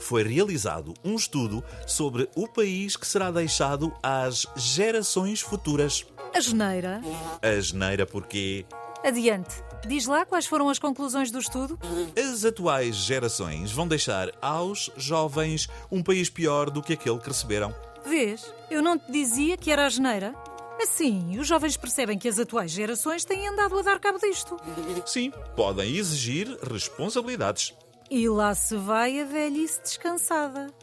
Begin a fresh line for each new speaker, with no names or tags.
Foi realizado um estudo sobre o país que será deixado às gerações futuras.
A geneira.
A geneira porquê?
Adiante. Diz lá quais foram as conclusões do estudo?
As atuais gerações vão deixar aos jovens um país pior do que aquele que receberam.
Vês? Eu não te dizia que era a geneira. Assim, os jovens percebem que as atuais gerações têm andado a dar cabo disto.
Sim, podem exigir responsabilidades.
E lá se vai a velhice descansada.